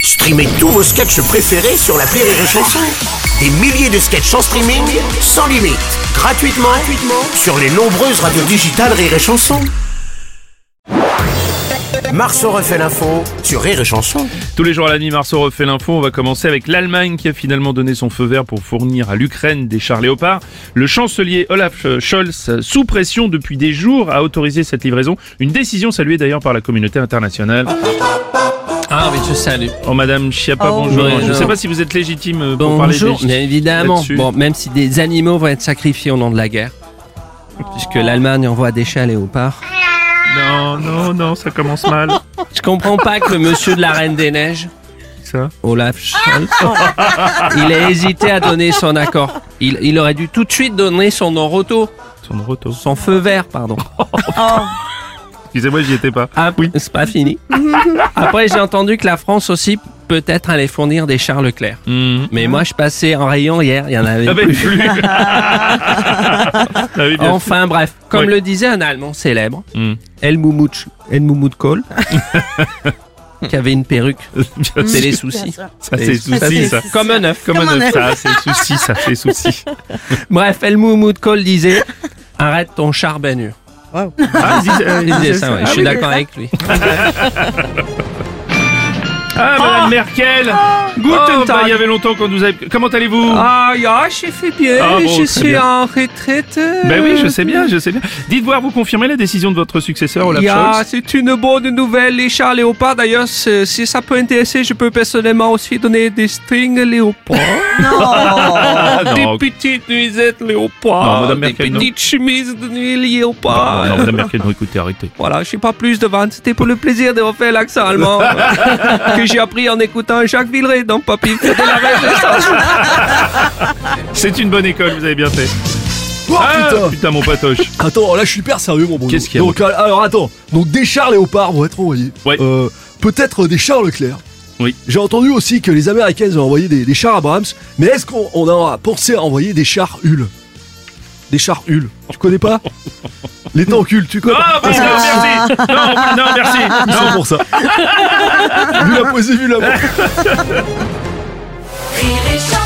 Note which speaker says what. Speaker 1: Streamez tous vos sketchs préférés sur la Rire et Chanson. Des milliers de sketchs en streaming, sans limite, gratuitement, gratuitement sur les nombreuses radios digitales Rire et Chanson. Marceau refait l'info sur Rire et Chanson.
Speaker 2: Tous les jours à la nuit, Marceau refait l'info. On va commencer avec l'Allemagne qui a finalement donné son feu vert pour fournir à l'Ukraine des chars léopards. Le chancelier Olaf Scholz, sous pression depuis des jours, a autorisé cette livraison. Une décision saluée d'ailleurs par la communauté internationale.
Speaker 3: Ah oui, je salue.
Speaker 2: Oh Madame Chiappa,
Speaker 3: Oh,
Speaker 2: bonjour.
Speaker 3: bonjour.
Speaker 2: Je ne sais pas si vous êtes légitime euh, pour parler
Speaker 3: Bonjour,
Speaker 2: des-
Speaker 3: bien évidemment.
Speaker 2: là-dessus.
Speaker 3: Bon, même si des animaux vont être sacrifiés au nom de la guerre, puisque l'Allemagne envoie des chats léopards.
Speaker 2: Non, non, non, ça commence mal.
Speaker 3: Je comprends pas que le monsieur de la Reine des Neiges,
Speaker 2: Ça.
Speaker 3: Olaf Scholz, il a hésité à donner son accord. Il, il aurait dû tout de suite donner son non-retour,
Speaker 2: Son retour.
Speaker 3: son feu vert, pardon.
Speaker 2: Excusez-moi, j'y étais pas.
Speaker 3: Ah, c'est pas fini. Après, j'ai entendu que la France aussi peut-être allait fournir des chars Leclerc.
Speaker 2: Mhm.
Speaker 3: Mais moi, je passais en rayon hier, il y en avait
Speaker 2: Ah ben,
Speaker 3: plus.
Speaker 2: plus. ah oui, bien sûr.
Speaker 3: Enfin bref,
Speaker 2: Oui.
Speaker 3: comme le disait un Allemand célèbre,
Speaker 2: Mm.
Speaker 3: El Moumout, El Moumout Kohl, qui avait une perruque.
Speaker 2: Bien
Speaker 3: C'est
Speaker 2: sûr.
Speaker 3: les soucis.
Speaker 2: Ça,
Speaker 3: les
Speaker 2: Bah, c'est
Speaker 3: soucis.
Speaker 2: souci, ça.
Speaker 3: Comme un œuf.
Speaker 2: Comme un œuf. Ça, c'est souci, ça, c'est souci.
Speaker 3: Bref, El Moumout Kohl disait Arrête ton char baignure.
Speaker 2: Ah, il disait- euh, il
Speaker 3: Il disait
Speaker 2: disait
Speaker 3: ça, ouais,
Speaker 2: Ah
Speaker 3: je suis
Speaker 2: oui.
Speaker 3: d'accord avec lui.
Speaker 2: Ah, Madame Merkel Guten
Speaker 3: Guten
Speaker 2: Tag
Speaker 3: Tag.
Speaker 2: Il y avait longtemps qu'on nous avait... Comment allez-vous
Speaker 3: Ah, ya, j'ai fait bien,
Speaker 2: Oh. Ah bon,
Speaker 3: je
Speaker 2: très
Speaker 3: suis
Speaker 2: bien.
Speaker 3: en retraite.
Speaker 2: Ben oui, je sais bien, Oh, je sais bien. Dites voir, vous confirmez la décision de votre successeur, Olaf
Speaker 3: Ya,
Speaker 2: Scholz
Speaker 3: c'est une bonne nouvelle, les chars léopards. D'ailleurs, c'est- si ça peut intéresser, je peux personnellement aussi donner des strings léopards.
Speaker 2: Ah non,
Speaker 3: Des petites nuisettes léopards.
Speaker 2: Non, Madame
Speaker 3: des
Speaker 2: Merkel, non.
Speaker 3: petites chemises de nuit léopards.
Speaker 2: Ah, non, Madame Merkel, non, écoutez, arrêtez.
Speaker 3: Voilà, je sais pas plus de vente. C'était pour le plaisir de refaire l'accent allemand que j'ai appris en écoutant Jacques Villeray dans Papy. C'était la Résistance.
Speaker 2: C'est une bonne école, vous avez bien fait. ah, putain. mon patoche.
Speaker 4: Attends, oh, là je suis hyper sérieux, mon bon.
Speaker 2: Qu'est-ce qu'il y a,
Speaker 4: Donc, euh, alors attends, donc des chars léopards vont être envoyés.
Speaker 2: Ouais.
Speaker 4: Euh, Peut-être des chars Leclerc.
Speaker 2: Oui.
Speaker 4: J'ai entendu aussi que les Américaines ont envoyé des, des chars Abrams, mais est-ce qu'on on a pensé à envoyer des chars Hull Des chars Hull Tu connais pas Les tanks Hull, tu connais
Speaker 2: Ah, bon, non, merci. Non, non, merci.
Speaker 4: Ils sont pour ça.
Speaker 2: bah
Speaker 4: vu la posée, vu la
Speaker 5: Rire et chanson.